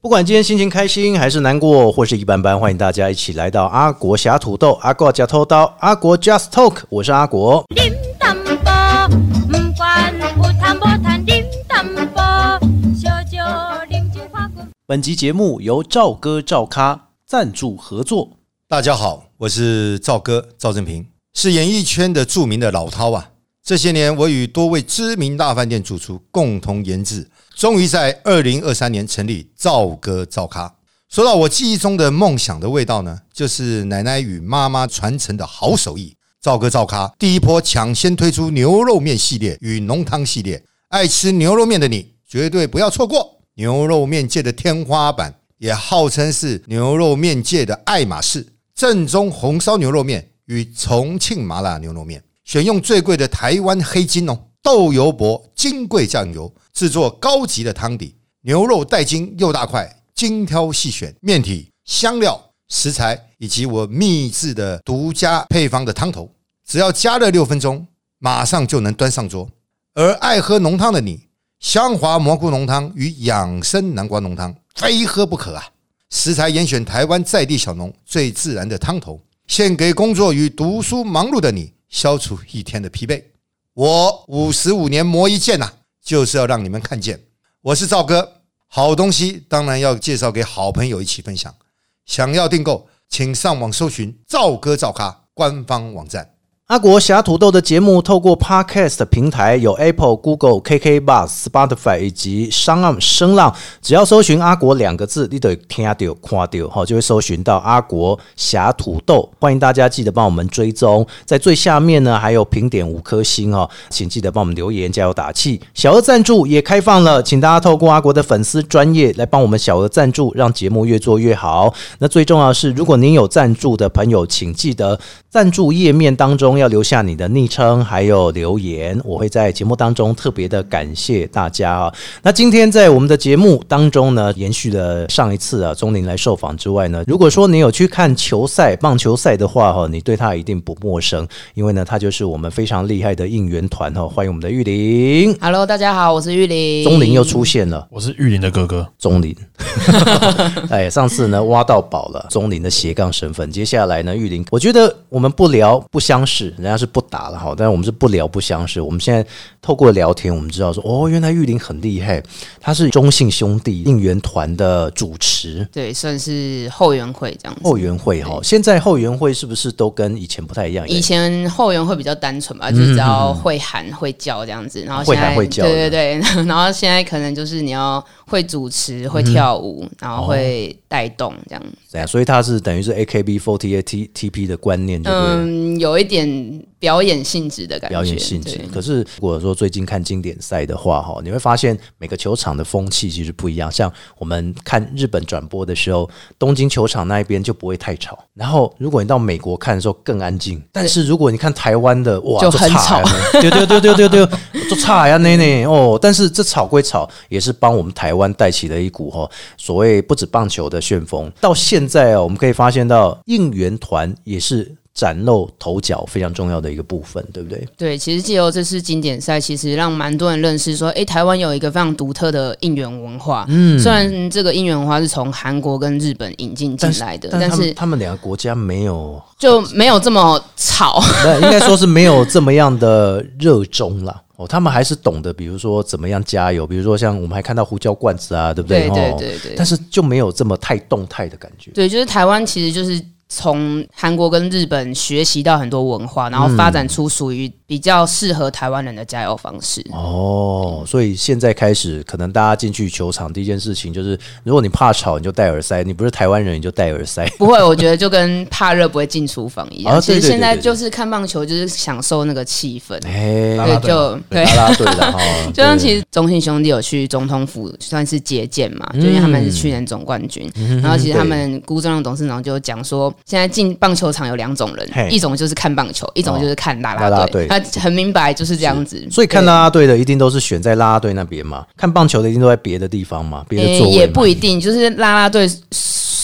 不管今天心情开心还是难过，或是一般般，欢迎大家一起来到阿国侠土豆、阿国加偷刀、阿国 Just Talk，我是阿国。 điểm tâm bò Mù quan u tham bò than điểm tâm bò Cho cho điểm chữ khoa cùng 本集节目由赵哥赵咖赞助合作。大家好，我是赵哥赵正平，是演艺圈的著名的老饕啊。这些年，我与多位知名大饭店主厨共同研制，终于在二零二三年成立赵哥赵咖。说到我记忆中的梦想的味道呢，就是奶奶与妈妈传承的好手艺。赵哥赵咖第一波抢先推出牛肉面系列与浓汤系列，爱吃牛肉面的你绝对不要错过牛肉面界的天花板，也号称是牛肉面界的爱马仕。正宗红烧牛肉面与重庆麻辣牛肉面，选用最贵的台湾黑金哦，豆油薄，金贵酱油，制作高级的汤底，牛肉带筋又大块，精挑细选，面体、香料、食材以及我秘制的独家配方的汤头，只要加热六分钟，马上就能端上桌。而爱喝浓汤的你，香滑蘑菇浓汤与养生南瓜浓汤，非喝不可啊！食材严选台湾在地小农最自然的汤头，献给工作与读书忙碌的你，消除一天的疲惫。我五十五年磨一剑呐、啊就是要让你们看见。我是赵哥，好东西当然要介绍给好朋友一起分享。想要订购，请上网搜寻“赵哥赵咖”官方网站。阿国侠土豆的节目透过 Podcast 平台有 Apple、Google、KK Bus、Spotify 以及商浪声浪，只要搜寻“阿国”两个字，你都听到、看到，哈，就会搜寻到阿国侠土豆。欢迎大家记得帮我们追踪，在最下面呢还有评点五颗星哦，请记得帮我们留言加油打气。小额赞助也开放了，请大家透过阿国的粉丝专业来帮我们小额赞助，让节目越做越好。那最重要的是，如果您有赞助的朋友，请记得赞助页面当中要留下你的昵称，还有留言，我会在节目当中特别的感谢大家啊。那今天在我们的节目当中呢，延续了上一次啊钟林来受访之外呢，如果说你有去看球赛、棒球赛的话哈，你对他一定不陌生，因为呢，他就是我们非常厉害的应援团哈。欢迎我们的玉林， Hello，大家好，我是玉林。钟林又出现了。我是玉林的哥哥，钟林， 哎，上次呢挖到宝了，钟林的斜杠身份。接下来呢，玉林，我觉得我们不聊不相识，人家是不打了哈，但是我们是不聊不相识。我们现在透过聊天，我们知道说，哦，原来玉林很厉害，他是中信兄弟应援团的主持对，算是后援会这样子。后援会哈。现在后援会是不是都跟以前不太一样？以前后援会比较单纯吧，就是只要会喊会叫这样子，然后嗯现会喊在会叫对对对， 然后现在可能就是你要会主持、会跳舞，嗯然后会带动这样。对啊，所以他是等于是 AKB48 T TP 的观念，对不对了？嗯，有一点表演性质的感觉，表演性质对。可是如果说最近看经典赛的话，哈，你会发现每个球场的风气其实不一样。像我们看日本转播的时候，东京球场那一边就不会太吵，然后如果你到美国看的时候更安静。但是如果你看台湾的，哇，啊就很吵，对对对对对对，就吵呀内内哦。但是这吵归吵，也是帮我们台湾带起了一股哈所谓不止棒球的旋风。到现在哦，我们可以发现到应援团也是。崭露头角非常重要的一个部分，对不对？对，其实借由这次经典赛，其实让蛮多人认识说，诶，台湾有一个非常独特的应援文化。嗯，虽然这个应援文化是从韩国跟日本引进进来的，但但他们是他们两个国家没有， 就没有这么吵。那应该说是没有这么样的热衷啦。哦，他们还是懂得，比如说怎么样加油，比如说像我们还看到胡椒罐子啊，对不对对哦对对但是就没有这么太动态的感觉。对，就是台湾其实就是从韩国跟日本学习到很多文化，然后发展出属于比较适合台湾人的加油方式。哦，所以现在开始，可能大家进去球场第一件事情就是，如果你怕吵，你就戴耳塞；你不是台湾人，你就戴耳塞。不会，我觉得就跟怕热不会进厨房一样。啊其对实对现在对对对就是看棒球，就是享受那个气氛。 哎，啦队就对，啦啦队 哦的哈，就像其实实中信兄弟有去总统府算是接见嘛，嗯就因为他们是去年总冠军，然后其实他们辜正亮董事长就讲说，现在进棒球场有两种嘿人，一种就是看棒球，一种就是看啦啦啦啦队队，他很明白就是这样子，所以看对啦啦队的一定都是选在啦啦队那边嘛，看棒球的一定都在别的地方嘛，别的诶座位也嘛不一定，就是啦啦队。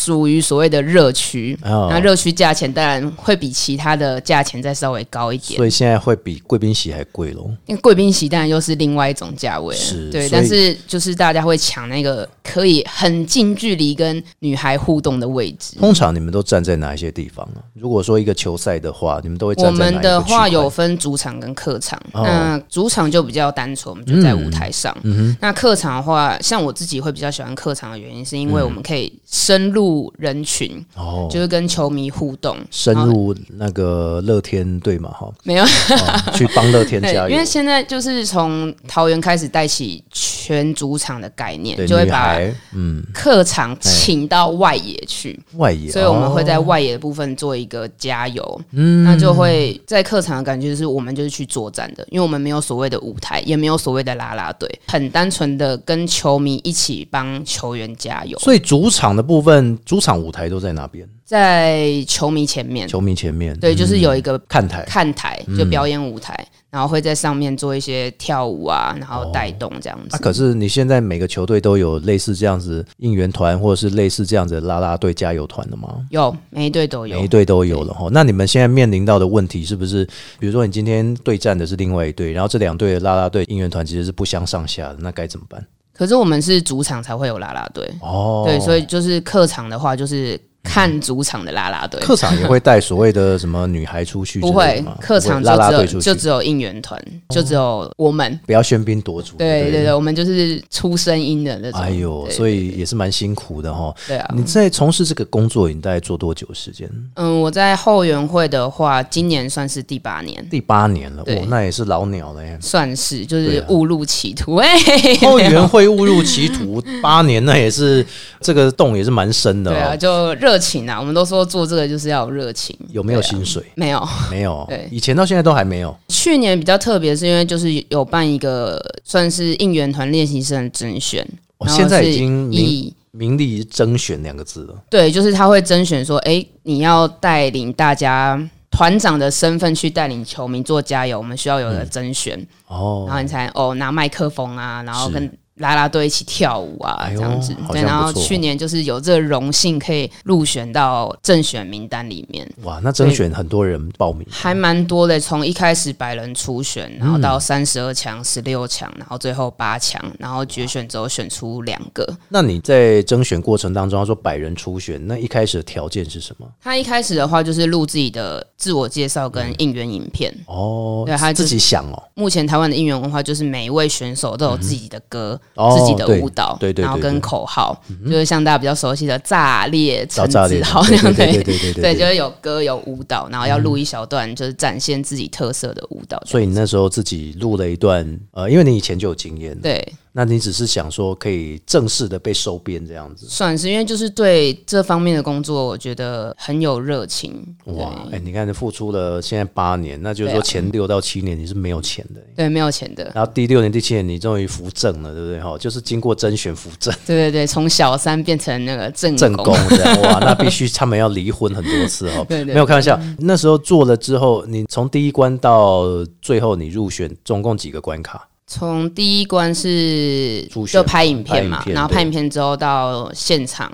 属于所谓的热区，哦那热区价钱当然会比其他的价钱再稍微高一点所。以现在会比贵宾席还贵咯。因为贵宾席当然又是另外一种价位了，啊是所以对，但是就是大家会抢那个可以很近距离跟女孩互动的位置。通常你们都站在哪一些地方呢？啊如果说一个球赛的话，你们都会我站在哪一们个的话区块有分主场跟客场，哦嗯那主场就比较单纯，我们就在舞台上。那客场的话，像我自己会比较喜欢客场的原因，是因为我们可以深入人群，哦，就是跟球迷互动，深然后入那个乐天队嘛， 哈、没有哦去帮乐天对加，油因为。现在就是从桃园开始带起全主场的概念，对，就会女把孩，嗯，客场请到外野去，外野，所以我们会在哦外野的部分做一个加油，嗯那就会在客场的感觉就是我们就是去作战的，因为我们没有所谓的舞台，也没有所谓的啦啦队，很单纯的跟球迷一起帮球员加油，哦所以主场的部分，主场舞台都在那边，在球迷前面，球迷前嗯面，嗯对，就是有一个看台，看台，就表演舞台，然后会在上面做一些跳舞啊，然后带动这样啊，子。可是你现在每个球队都有类似这样子应援团，或者是类似这样子的啦啦队、加油团的吗？有每一队都有每一，队都有了哈。那你们现在面临到的问题是不是，比如说你今天对战的是另外一队，然后这两队的啦啦队应援团其实是不相上下的，那该怎么办？可是我们是主场才会有啦啦队，哦，对，所以以就是客场的话，就是看主场的啦啦队。客场也会带所谓的什么女孩 出去之不类的会吗，客场不就会啦啦只队有出就只去，哦有应援团，就只有我们。不要喧宾夺主。对不对对，我们就是出声音的那种。哎呦，对所以也是蛮辛苦的哈。对啊，你在从事这个工作，你大概做多久时间？嗯，我在后援会的话，今年算是第八年，第八年了，对哇，那也是老鸟了 耶。算是就对是啊误入歧途。 哎，后援会误入歧途，八年那也是这个洞也是蛮深的对啊，哦。就热情啊，我们都说做这个就是要有热情。啊有没有薪水？没有，没有对，以前到现在都还没有。去年比较特别，是因为就是有办一个算是应援团练习生的甄选，哦然后现在已是经明以名利征选两个字了，对，就是他会甄选说，诶，你要带领大家团长的身份去带领球迷做加油，我们需要有个甄选，哦然，后你才哦拿麦克风啊，然后是跟啦啦队一起跳舞啊，哎呦这样子好。像对，不然后错去年就是有这个荣幸可以入选到正选名单里面。哇，那征选很多人报名，还蛮多的，从一开始百人初选，然后嗯到三十二强、十六强，然后最后八强，然后决选之后选出两个，那你在征选过程当中，他说百人初选，那一开始的条件是什么？他一开始的话就是录自己的自我介绍嗯跟应援影片，哦对，他就自己想 哦，目前台湾的应援文化就是每一位选手都有自己的歌、哦自己的舞蹈，对对对然后对跟对口号，就是像大家比较熟悉的炸裂、找陈炸裂子的，豪那对对对样对的。对对对，就是有歌有舞蹈，然后要录一小段，就是展现自己特色的舞蹈。所以你那时候自己录了一段，呃，因为你以前就有经验，，对，那你只是想说可以正式的被收编这样子，算是因为就是对这方面的工作，我觉得很有热情。哇，哎、对，你看付出了现在八年，那就是说对啊前六到七年你是没有钱的、对，没有钱的，然后第六年、第七年，你终于扶正了，对不对？哈，就是经过甄选扶正对对对，从小三变成那个正正工宫，这样哇，那必须他们要离婚很多次哈。 对对没有开玩笑。那时候做了之后，你从第一关到最后你入选，总共几个关卡？从第一关是初选就拍影片嘛拍影，片然后对嗯拍影片之后到现场，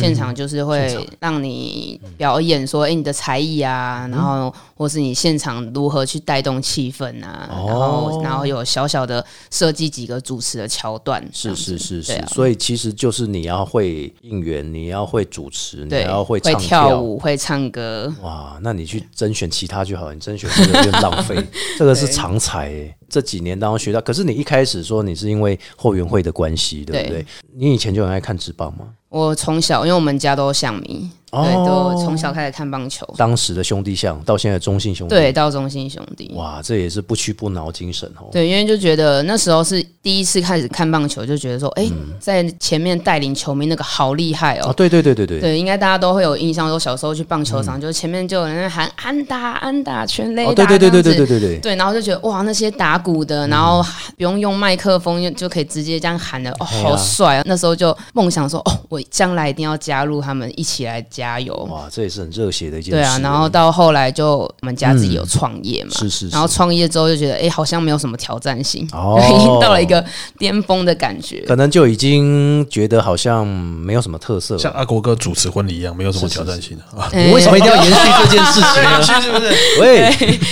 现场就是现会让你表演说，哎、你的才艺嗯啊，然后或是你现场如何去带动气氛啊，哦然后然后有小小的设计几个主持的桥段，这是样子是是是，对啊所以其实就是你要会应援，你要会主持，你对，要会唱跳。舞，会唱歌，哇，那你去甄选其他就好，你甄选这个有点 浪费，这个是常才、欸。这几年当中学到，可是你一开始说你是因为后援会的关系，对不对？对你以前就很爱看职棒吗？我从小，因为我们家都像迷，对，哦都从小开始看棒球，当时的兄弟象到现在的中信兄弟，对，到中心兄弟。哇，这也是不屈不挠精神哦。对，因为就觉得那时候是第一次开始看棒球，就觉得说，哎、嗯在前面带领球迷那个好厉害哦。啊，对对对对对。嗯对，应该大家都会有印象，说小时候去棒球场，就是前面就有人在喊安打、安打、全垒哦，打、对对对对这对样对子对嗯对，对，然后就觉得哇，那些打鼓的，然后不用用麦克风就就可以直接这样喊的，哦，哎呀好帅啊！那时候就梦想说，哦，我将来一定要加入他们一起来加油。哇，这也是很热血的一件事。嗯对啊，然后到后来就我们家自己有创业嘛，是是是然后创业之后就觉得，哎、好像没有什么挑战性，哦 已经到了一个巅峰的感觉。可能就已经觉得好像没有什么特色像了。阿国哥主持婚礼一样，没有什么挑战性的啊。哎你为什么一定要延续这件事情 呢？是不是？ 喂，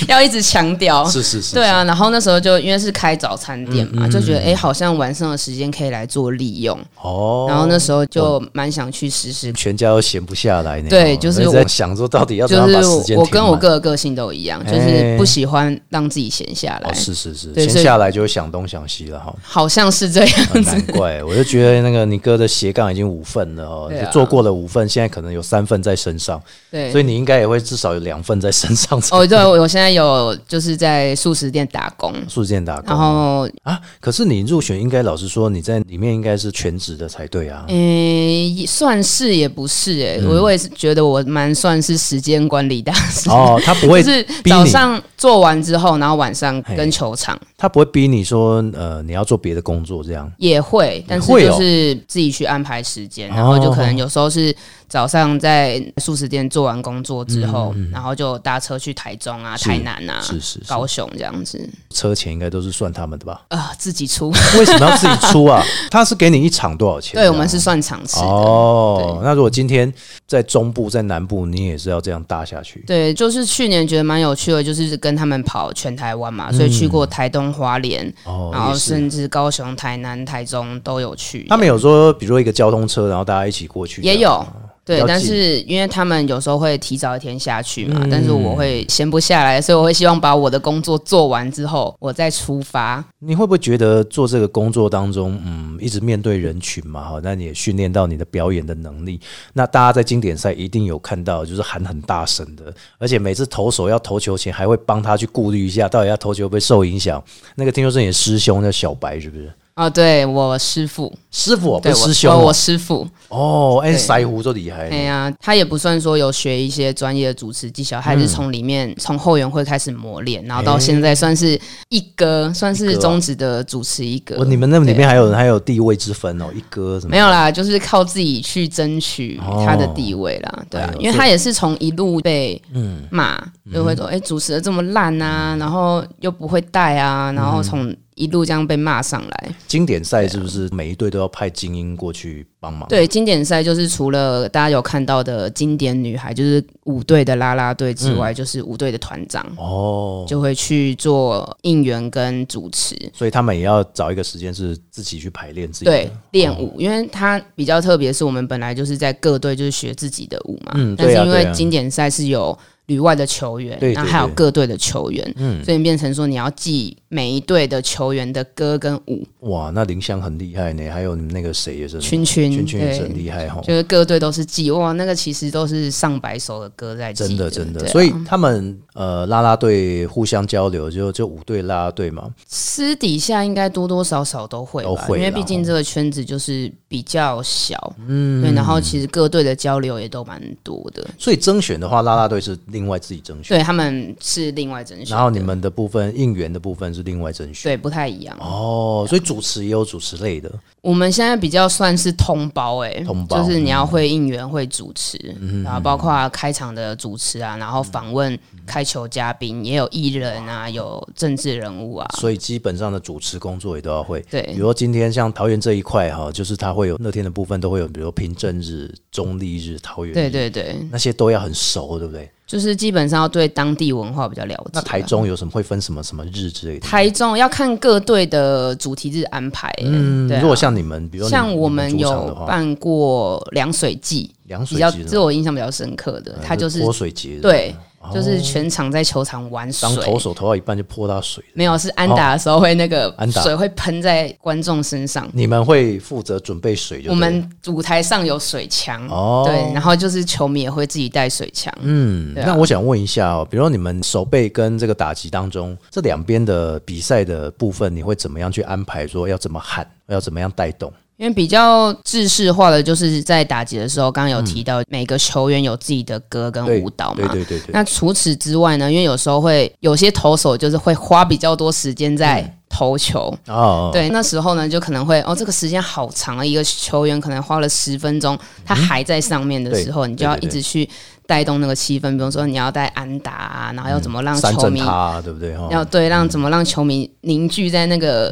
要一直强调？是是是，嗯 对啊，然后那时候就因为是开早餐店嘛，就觉得哎、诶好像晚上的时间可以来做利用。哦，然后那时候就蛮想去试试，看。全家都闲不下来呢。对哦就是所以在我想说到底要怎就么是样把时间我我跟填我满哥的个性都一样，就哎是不喜欢让自己闲下来哦，，是是是，对闲所以下来就会想东想西了 哈。好像是这样很子难。怪，我就觉得那个你哥的斜杠已经五份了哦，对啊就做过了五份，现在可能有三份在身上，对，所以你应该也会至少有两份在身上。哦，对，我我现在有就是在素食店打工，数件打工然后啊，可是你入选应该老实说你在里面应该是全职的才对啊。诶、算是也不是诶、嗯我我也是觉得我蛮算是时间管理大师。哦，他不会 就， 是逼早你上做完之后，然后晚上嘿跟球场他不会逼你说呃你要做别的工作这样。也会，但是会哦就是自己去安排时间，然后就可能有时候是早上在素食店做完工作之后，然后就搭车去台中啊、嗯是台南啊、是是是高雄这样子，车钱应该都是算他们的吧？啊、自己出。 为什么要自己出啊？他是给你一场多少钱这对，样？我们是算场次的。哦对，那如果今天在中部、在南部，你也是要这样搭下去。对，就是去年觉得蛮有趣的，就是跟他们跑全台湾嘛，所以去嗯过台东、花莲，哦，然后也是甚至高雄、台南、台中都有去。他们有说，比如说一个交通车，然后大家一起过去，也这样有。对了，解但是因为他们有时候会提早一天下去嗯嘛，但是我会闲不下来，所以我会希望把我的工作做完之后，我再出发。你会不会觉得做这个工作当中，嗯，一直面对人群嘛，哈，那你也训练到你的表演的能力。那大家在经典赛一定有看到，就是喊很大声的，而且每次投手要投球前还会帮他去顾虑一下，到底要投球会不会受影响。那个听说是你的师兄叫小白，是不是？哦，对我师傅，师傅哦，不对是我师兄哦哦我师傅，哦，哎，对腮胡就厉害哎，呀、他也不算说有学一些专业的主持技巧，他也是从里面嗯从后援会开始磨练，然后到现在算是一哥，哎算一是哥啊中职的主持一哥。我你们那对里面还有人还有地位之分哦，一哥什么没有啦，就是靠自己去争取他的地位啦，对啊哦哎，呦嗯因为他也是从一路被骂，就会说，哎、主持的这么烂啊，然后又不会带啊，然后从一路这样被骂上来。经典赛是不是每一队都要派精英过去帮忙？对，经典赛就是除了大家有看到的经典女孩，就是五队的啦啦队之嗯外，就是五队的团长。哦，就会去做应援跟主持，所以他们也要找一个时间是自己去排练自己的。哦对练舞，因为它比较特别，是我们本来就是在各队就是学自己的舞嘛，嗯但对是啊因对为啊经典赛是有旅外的球员对，啊那对嗯还有对各队的球员，所以变成说你要记每一队的球员的歌跟舞，哇，那林湘很厉害呢，还有你们那个谁也是圈圈圈圈也哦是对很厉害哈，就是各队都是记哇，那个其实都是上百首的歌在记真的真的。对啊所以他们呃啦啦队互相交流，就就五队啦啦队嘛，私底下应该多多少少都会吧，都会啦因为毕竟这个圈子就是比较小，嗯，对，然后其实各队的交流也都蛮多的，所以甄选的话，啦啦队是另外自己甄选，对他们是另外甄选的，然后你们的部分应援的部分是另外甄选。对不太一样。哦，所以主持也有主持类的，我们现在比较算是通包哎、通包嗯就是你要会应援、会主持，然后包括开场的主持啊，然后访问开球嘉宾，也有艺人啊，有政治人物啊，所以基本上的主持工作也都要会。对比如说今天像桃园这一块哈，就是它会有那天的部分都会有，比如说平镇日、中立日、桃园日对对对，那些都要很熟，对不对？就是基本上要对当地文化比较了解啊。啊那台中有什么会分什么什么日之类的？台中要看各队的主题日安排、嗯，对啊、如果像你们，比如说你像我们你主场有的话，办过凉水季，凉水比较节呢这我印象比较深刻的，它就嗯是泼水节，对，就是全场在球场玩水哦当，投手投到一半就泼他水。没有是安打的时候会那个安打水会喷在观众身上。你们会负责准备水就对了，我们舞台上有水枪，哦对，然后就是球迷也会自己带水枪，嗯，对啊那我想问一下哦，比如说你们手背跟这个打击当中，这两边的比赛的部分，你会怎么样去安排？说要怎么喊，要怎么样带动？因为比较制式化的就是在打击的时候，刚刚有提到每个球员有自己的歌跟对舞蹈嘛，对对对对，嗯那除此之外呢？因为有时候会有些投手就是会花比较多时间在投球。哦，对，那时候呢，就可能会哦，这个时间好长啊，一个球员可能花了十分钟，他还在上面的时候，嗯对你就要对对一直去带动那个气氛。比如说，你要带安打啊，然后要怎么嗯让三球振迷他、嗯啊，对不对？哈，要对让怎么让球迷凝聚在那个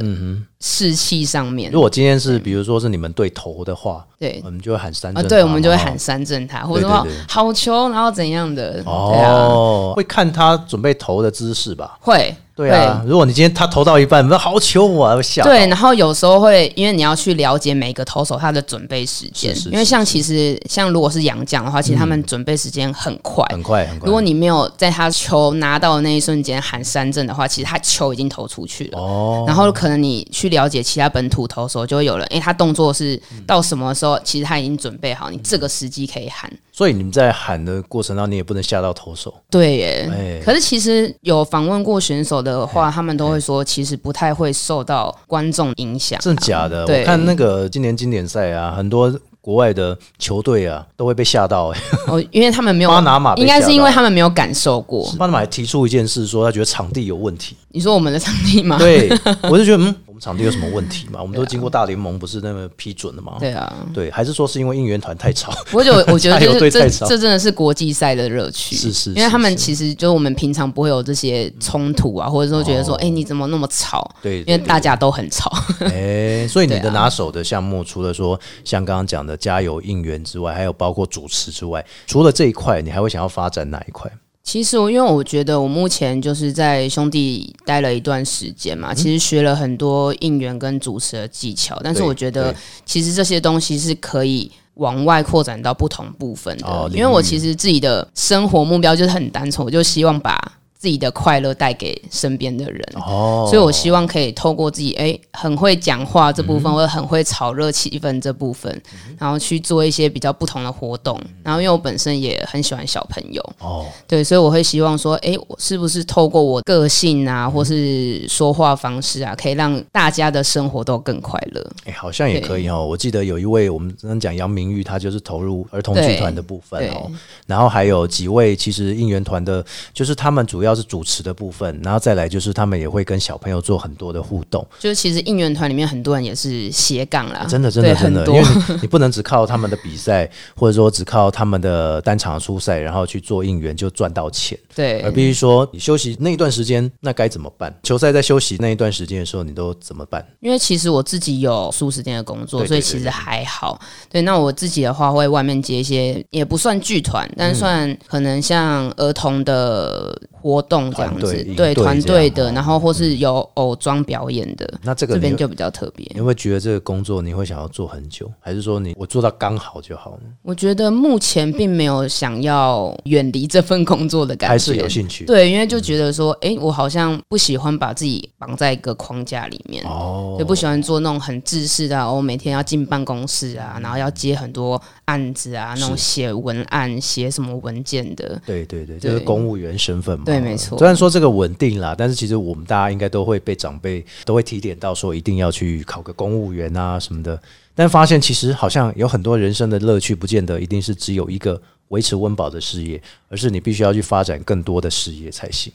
士气上面。嗯如果今天是比如说是你们对头的话，对我们就会喊三啊，振他嘛，哦对，我们就会喊哈。三振他，或者对说对对好球，然后怎样的，对啊，哦，会看他准备投的姿势吧？会，对啊，如果你今天他投到一半，那好球啊我还会吓会到。对，然后有时候会，因为你要去了解每个投手他的准备时间是是，嗯因为像其实像如果是洋将的话，其实他们准备时间很快。很快很快。如果你没有在他球拿到的那一瞬间喊三振的话，其实他球已经投出去了。哦，然后可能你去了解其他本土投手，就会有人，哎、他动作是嗯到什么时候，其实他已经准备好，你这个时机可以喊。所以你们在喊的过程当中，你也不能吓到投手。对耶，哎可是其实有访问过选手的话，他们都会说，其实不太会受到观众影响、真的假的？对我看那个今年经典赛啊，很多国外的球队啊都会被吓到、 欸。哦，因为他们没有巴拿马被应该是因为吓到他们没有感受过。巴拿马还提出一件事，说他觉得场地有问 题。你说我们的场地吗？对， 我就觉得嗯，我们场地有什么问题嘛？我们都经过大联盟不是那么批准的嘛？ 啊对啊，对，还是说是因为应援团太吵？ 我就 我觉得加油就是队这哎太少这真的是国际赛的乐趣，是是因为他们是是其实就是我们平常不会有这些冲突啊，或者说觉得说，哦哎，你怎么那么吵？对，因为大家都很吵。 哎、所以你的对啊拿手的项目，除了说像刚刚讲的加油应援之外，还有包括主持之外，除了这一块，你还会想要发展哪一块？其实我因为我觉得我目前就是在兄弟待了一段时间嘛，其实学了很多应援跟主持的技巧，但是对我觉得对其实这些东西是可以。往外扩展到不同部分的，哦因为我领域其实自己的生活目标就是很单纯，我就希望把自己的快乐带给身边的人，哦，所以我希望可以透过自己哎、很会讲话这部分，或者很会炒热气氛这部分，然后去做一些比较不同的活动。然后因为我本身也很喜欢小朋友，哦，对，所以我会希望说，诶，我是不是透过我个性嗯啊，或是说话方式啊，可以让大家的生活都更快乐？哎、好像也可以哦。我记得有一位我们刚刚讲杨明玉，他就是投入儿童剧团的部分哦对。然后还有几位其实应援团的，就是他们主要是主持的部分，然后再来就是他们也会跟小朋友做很多的互动。就是其实应援团里面很多人也是斜杠啦，真的，真的，啊对真的，很因多为你你不能只靠他们的比赛，或者说只靠他们的单场出赛，然后去做应援就赚到钱。而 对。必须说，你休息那一段时间，那该怎么办？球赛在休息那一段时间的时候，你都怎么办？因为其实我自己有数十天的工作，对对所以对其对实还好。对，那我自己的话会外面接一些，也不算剧团，但嗯是算可能像儿童的活动这样团队子营，队对团队这样的，然后或是有偶装表演的，那这个这你边会就比较特别。你会觉得这个工作你会想要做很久，还是说你我做到刚好就好呢？我觉得目前并没有想要远离这份工作的感觉，还是有兴趣？对，因为就觉得说，哎、我好像不喜欢把自己绑在一个框架里面，哦也不喜欢做那种很制式的啊、我、每天要进办公室啊，然后要接很多案子啊，那种写文案、写什么文件的，对对对，对就是公务员身份嘛。对没错虽然说这个稳定啦，但是其实我们大家应该都会被长辈都会提点到说，一定要去考个公务员啊什么的。但发现其实好像有很多人生的乐趣，不见得一定是只有一个维持温饱的事业，而是你必须要去发展更多的事业才行，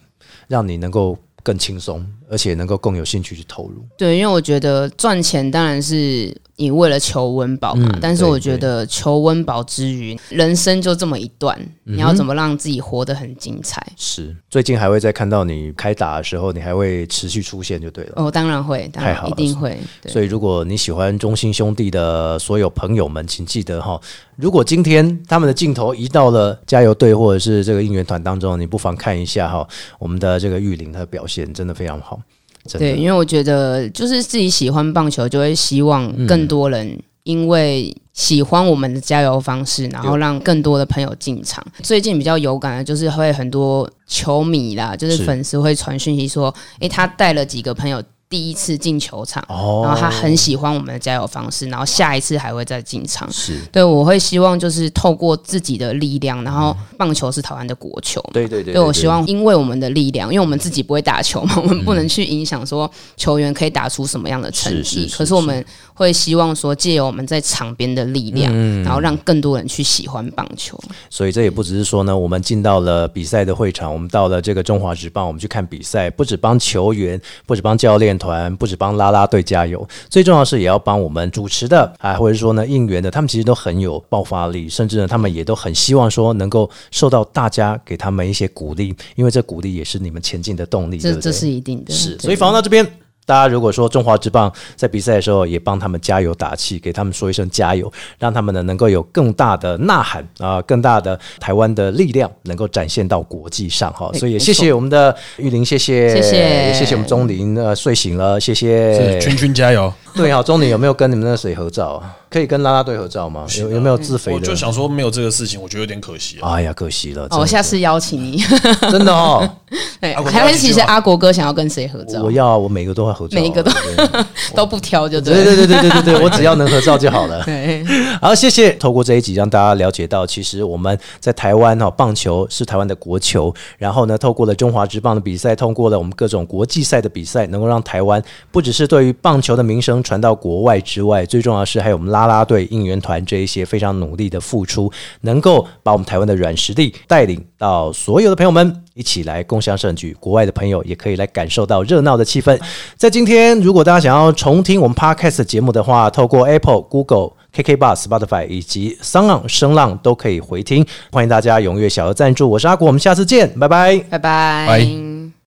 让你能够更轻松，而且能够更有兴趣去投入。对，因为我觉得赚钱当然是你为了求温饱嘛，嗯但是对我觉得求温饱之余，人生就这么一段，嗯你要怎么让自己活得很精彩？是，最近还会再看到你开打的时候，你还会持续出现就对了。哦，当然会，当太然好一了定会。对。所以，如果你喜欢中心兄弟的所有朋友们，请记得哈，如果今天他们的镜头移到了加油队或者是这个应援团当中，你不妨看一下哈，我们的这个玉林他的表现真的非常好，真对，的因为我觉得就是自己喜欢棒球，就会希望嗯更多人因为喜欢我们的加油方式，然后让更多的朋友进场。最近比较有感的就是会很多球迷啦，就是是粉丝会传讯息说，诶，他带了几个朋友第一次进球场，哦，然后他很喜欢我们的加油方式，然后下一次还会再进场。是，对，我会希望就是透过自己的力量，然嗯后棒球是台湾的国球嘛对对对嗯对我希望，因为我们的力量，因为我们自己不会打球嘛，我们不能去影响说球员可以打出什么样的成绩。是是是可是我们会希望说，借由我们在场边的力量，嗯然后让更多人去喜欢棒球。所以这也不只是说呢，我们进到了比赛的会场，我们到了这个中华职棒，我们去看比赛，不只帮球员，不只帮教练团不止帮啦啦队加油，最重要是也要帮我们主持的啊，或者说呢应援的，他们其实都很有爆发力，甚至呢他们也都很希望说能够受到大家给他们一些鼓励，因为这鼓励也是你们前进的动力，对不这对？这是一定的。是，对所以访问到这边，大家如果说中华之棒在比赛的时候也帮他们加油打气，给他们说一声加油，让他们呢能够有更大的呐喊啊、更大的台湾的力量能够展现到国际上哈。哎所以也没谢谢我们的玉玲，谢谢，谢谢也谢谢我们钟林，呃，睡醒了，谢谢是。圈圈加油！对哈，钟林有没有跟你们那谁合照啊？可以跟啦啦队合照吗？有有没有自肥啊我就的？想说没有这个事情，我觉得有点可惜啊。哎呀，可惜了，哦，我下次邀请 你。真的真的哦，对，阿国还要很继续其实吗阿国哥想要跟谁 合照我，要我每个都会合照啊，每一个都对都不挑就对对了。对对对对对对，我只要能合照就好了。对，好，谢谢。透过这一集，让大家了解到，其实我们在台湾哦，棒球是台湾的国球。然后呢，透过了中华职棒的比赛，通过了我们各种国际赛的比赛，能够让台湾不只是对于棒球的名声传到国外之外，最重要的是还有我们啦啦队、应援团这一些非常努力的付出，能够把我们台湾的软实力带领到所有的朋友们一起来共享盛举。国外的朋友也可以来感受到热闹的气氛。在今天，如果大家想要重听我们 podcast 的节目的话，透过 Apple、Google。KK Bar、Spotify 以及商浪、声浪都可以回听，欢迎大家踊跃小额赞助。我是阿古，我们下次见，拜拜。拜拜拜。